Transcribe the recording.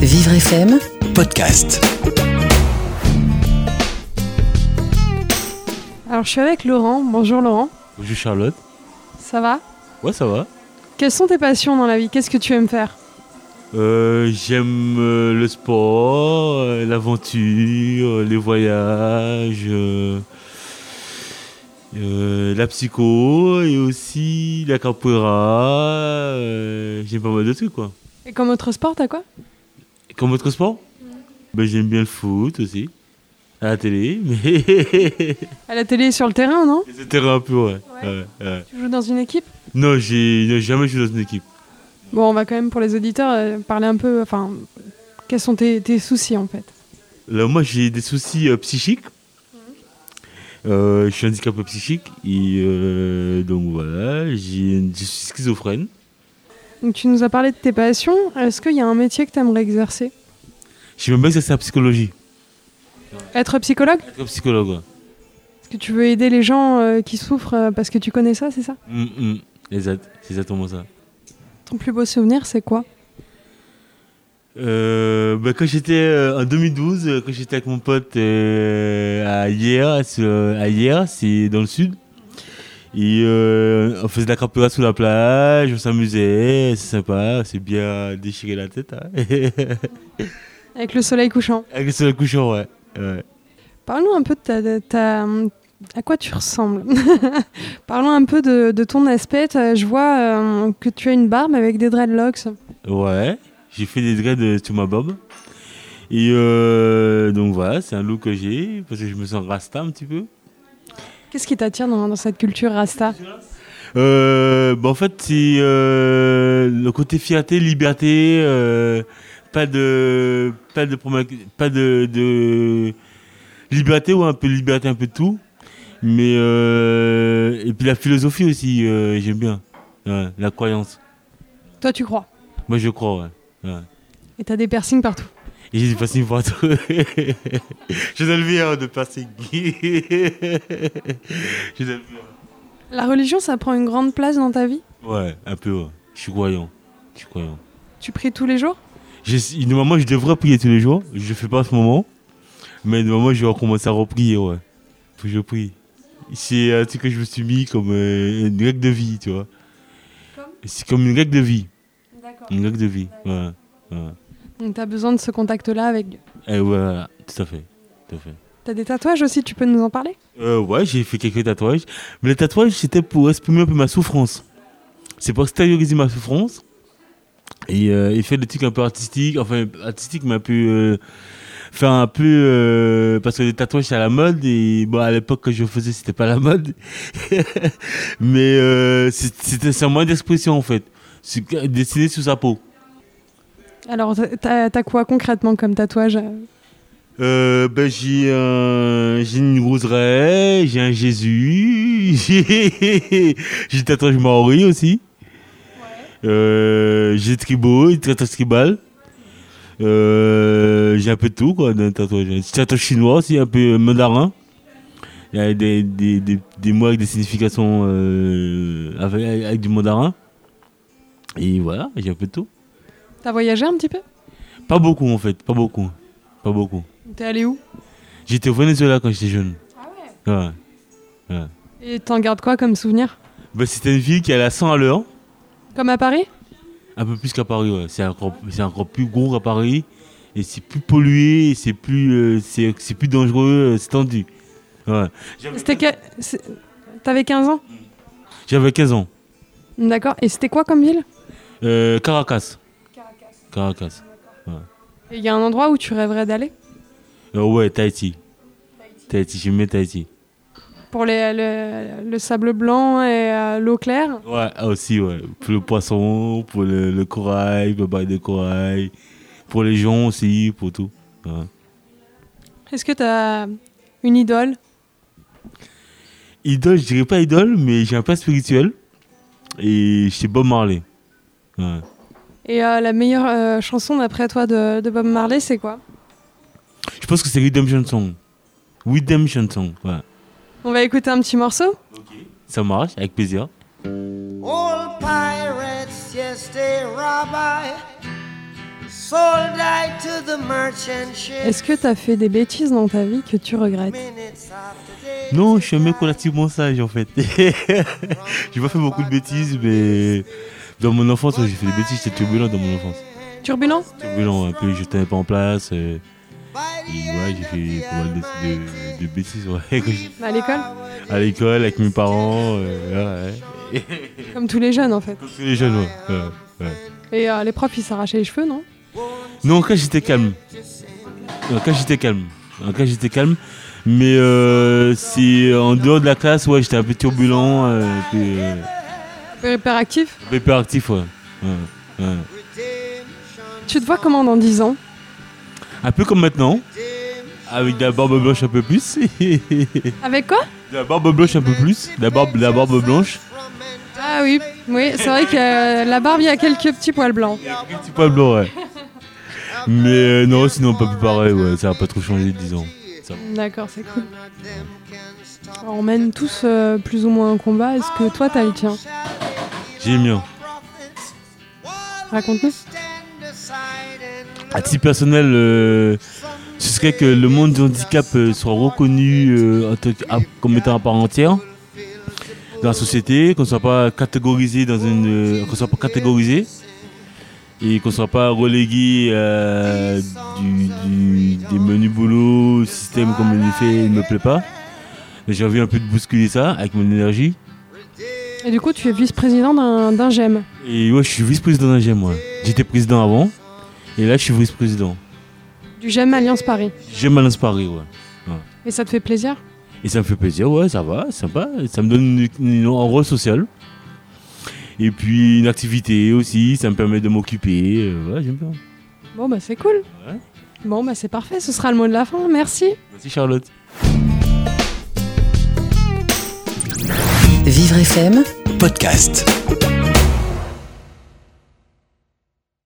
Vivre FM, podcast. Alors, je suis avec Laurent. Bonjour Laurent, Bonjour Charlotte. ça va Ouais, ça va. Quelles sont tes passions dans la vie Qu'est-ce que tu aimes faire Euh, J'aime euh, le sport, euh, l'aventure, euh, les voyages, euh, euh, la psycho et aussi la capoeira. euh, J'aime pas mal de trucs, quoi. Et comme autre sport, t'as quoi Et comme autre sport ben, J'aime bien le foot aussi. À la télé, mais. À la télé et sur le terrain, non Les terrains un peu, ouais. Ouais. Ouais, ouais. Tu joues dans une équipe Non, j'ai j'ai jamais joué dans une équipe. Bon, on va quand même, pour les auditeurs, euh, parler un peu. Enfin, quels sont tes, tes soucis en fait Là, Euh, moi, j'ai des soucis euh, psychiques. Euh, je suis handicapé psychique. Et euh, donc voilà, j'ai une- je suis schizophrène. Donc, tu nous as parlé de tes passions. Est-ce qu'il y a un métier que t'aimerais exercer Je suis même pas c'est la psychologie. Être psychologue Être psychologue. ouais. Est-ce que tu veux aider les gens euh, qui souffrent euh, parce que tu connais ça, c'est ça Mm, mm. Exact, c'est exactement ça. Ton plus beau souvenir, c'est quoi Euh, bah, quand j'étais euh, en 2012, euh, quand j'étais avec mon pote euh, à Hyères, sur- à Hyères, c'est dans le sud. Et euh, on faisait de la capoeira sous la plage, on s'amusait, c'est sympa, c'est bien déchiré la tête. hein. Avec le soleil couchant. Avec le soleil couchant, ouais. Euh, Ouais. Parlons un peu de ta, de ta- à quoi tu ressembles. Parlons un peu de, de ton aspect. T'as- Je vois euh, que tu as une barbe avec des dreadlocks. Ouais. J'ai fait des dreads euh, sur ma bob. Et euh, donc voilà, c'est un look que j'ai, parce que je me sens rasta un petit peu. Qu'est-ce qui t'attire dans, dans cette culture rasta Euh, bah en fait, c'est euh, le côté fierté, liberté, euh, pas de pas de promo- pas de, de liberté ou un peu de liberté un peu de tout, mais euh, et puis la philosophie aussi, euh, j'aime bien Ouais, la croyance. Toi, tu crois. Moi, je crois. Ouais. Ouais. Et t'as des piercings partout. Et j'ai du passing pour tout. je donne le meilleur de passing. je hein. donne le meilleur. La religion, ça prend une grande place dans ta vie Ouais, un peu, ouais. Je suis croyant. Je suis croyant. Tu pries tous les jours Je- Normalement, je devrais prier tous les jours. Je le fais pas en ce moment. Mais normalement, je vais recommencer à reprier, ouais. Faut que je prie. C'est un truc que je me suis mis comme euh, une règle de vie, tu vois. C'est comme une règle de vie. D'accord. Une règle de vie, ouais. ouais. Donc t'as besoin de ce contact-là avec Dieu. Et voilà, tout à fait. Tout à fait. T'as des tatouages aussi, tu peux nous en parler Euh, ouais, j'ai fait quelques tatouages. Mais les tatouages, c'était pour exprimer un peu ma souffrance. C'est pour extérioriser ma souffrance. Et, euh, et faire des trucs un peu artistiques. Enfin, artistiques, mais un peu. euh, faire un peu. euh, parce que les tatouages, c'est à la mode. Et bon, à l'époque, quand je le faisais, c'était pas la mode. mais euh, c'est- c'était c'est un moyen d'expression, en fait. C'est dessiné sous sa peau. Alors, t'as- t'as t'as quoi concrètement comme tatouage euh Euh, ben, j'ai un, j'ai une roseraie, j'ai un Jésus, j'ai j'ai le tatouage maori aussi. Euh, j'ai tribal, tatouage tribal. Euh, j'ai un peu de tout quoi dans le tatouage. J'ai un tatouage chinois aussi, un peu euh, mandarin. Il y a des, des, des, des mots avec des significations euh, avec, avec du mandarin. Et voilà, j'ai un peu de tout. T'as voyagé un petit peu Pas beaucoup en fait, pas beaucoup. Pas beaucoup. T'es allé où J'étais au Venezuela quand j'étais jeune. Ah ouais Et t'en gardes quoi comme souvenir Bah, C'était une ville qui allait à 100 à l'heure, Comme à Paris un peu plus qu'à Paris. ouais. C'est encore, c'est encore plus gros qu'à Paris. Et c'est plus pollué, et c'est plus, euh, c'est, c'est plus dangereux, euh, c'est tendu. Ouais. C'était que- c'est- T'avais 15 ans J'avais 15 ans. D'accord. Et c'était quoi comme ville Euh, Caracas. Caracas. Et Il y a un endroit où tu rêverais d'aller Euh, ouais, Tahiti. Tahiti, j'aime bien Tahiti. Pour les, le, le sable blanc et euh, l'eau claire Ouais, ah, aussi, ouais. Pour le poisson, pour le, le corail, le bail de corail. Pour les gens aussi, pour tout. Ouais. Est-ce que t'as une idole Idole, je dirais pas idole, mais j'ai un père spirituel. Et j'étais Bob Marley. Ouais. Et euh, la meilleure euh, chanson d'après toi de, de Bob Marley, c'est quoi Je pense que c'est Redemption Song. Redemption Song, ouais. On va écouter un petit morceau Ça marche, avec plaisir. Old pirates, yes, they rob I. Sold I Est-ce que t'as fait des bêtises dans ta vie que tu regrettes Non, je suis un mec relativement sage en fait. j'ai pas fait beaucoup de bêtises, mais dans mon enfance, ouais, j'ai fait des bêtises, c'était turbulent dans mon enfance. Turbulent Turbulent, un peu, je tenais pas en place. euh, et ouais, j'ai fait pas mal de, de- de bêtises ouais, quand j'étais Bah, À l'école à l'école avec mes parents. euh, ouais. Comme tous les jeunes en fait. Comme tous les jeunes, ouais. ouais, ouais. Et euh, les profs ils s'arrachaient les cheveux, non Non, quand j'étais calme. En cas j'étais calme. En cas j'étais calme. Mais euh, c'est en dehors de la classe, ouais, j'étais un peu turbulent, euh, et puis, euh, Hyperactif un peu hyperactif, ouais. Ouais, ouais. Tu te vois comment dans 10 ans Un peu comme maintenant, avec de la barbe blanche un peu plus. de Avec quoi la barbe blanche un peu plus. De la barbe, de la barbe blanche. Ah oui, oui, c'est vrai que euh, la barbe il y a quelques petits poils blancs. Et un petit poil blanc, ouais. Mais euh, non, sinon pas plus pareil, ouais, ça a pas trop changé, disons. D'accord, c'est cool. Alors, on mène tous euh, plus ou moins un combat. Est-ce que toi t'as le tien J'ai mis un. Raconte-nous. à titre personnel, euh, ce serait que le monde du handicap euh, soit reconnu euh, en tant que- à- comme étant à part entière dans la société, qu'on ne soit pas catégorisé dans une, euh, qu'on soit pas catégorisé et qu'on ne soit pas relégué euh, du, du- des menus boulot, système comme il est fait, il ne me plaît pas. Mais J'ai envie un peu de bousculer ça avec mon énergie. Et du coup, tu es vice-président d'un d'un GEM. Et ouais, je suis vice-président d'un GEM, moi. J'étais président avant, et là je suis vice-président. Du GEM Alliance Paris. J'aime Alain Paris, ouais. Et ça te fait plaisir Et ça me fait plaisir, ouais, ça va, sympa. Ça me donne une- une- un rôle social. Et puis une activité aussi, ça me permet de m'occuper. euh, voilà, j'aime bien. Bon, bah c'est cool. Ouais. Bon, bah c'est parfait. Ce sera le mot de la fin. Merci. Merci Charlotte. Vivre FM. podcast.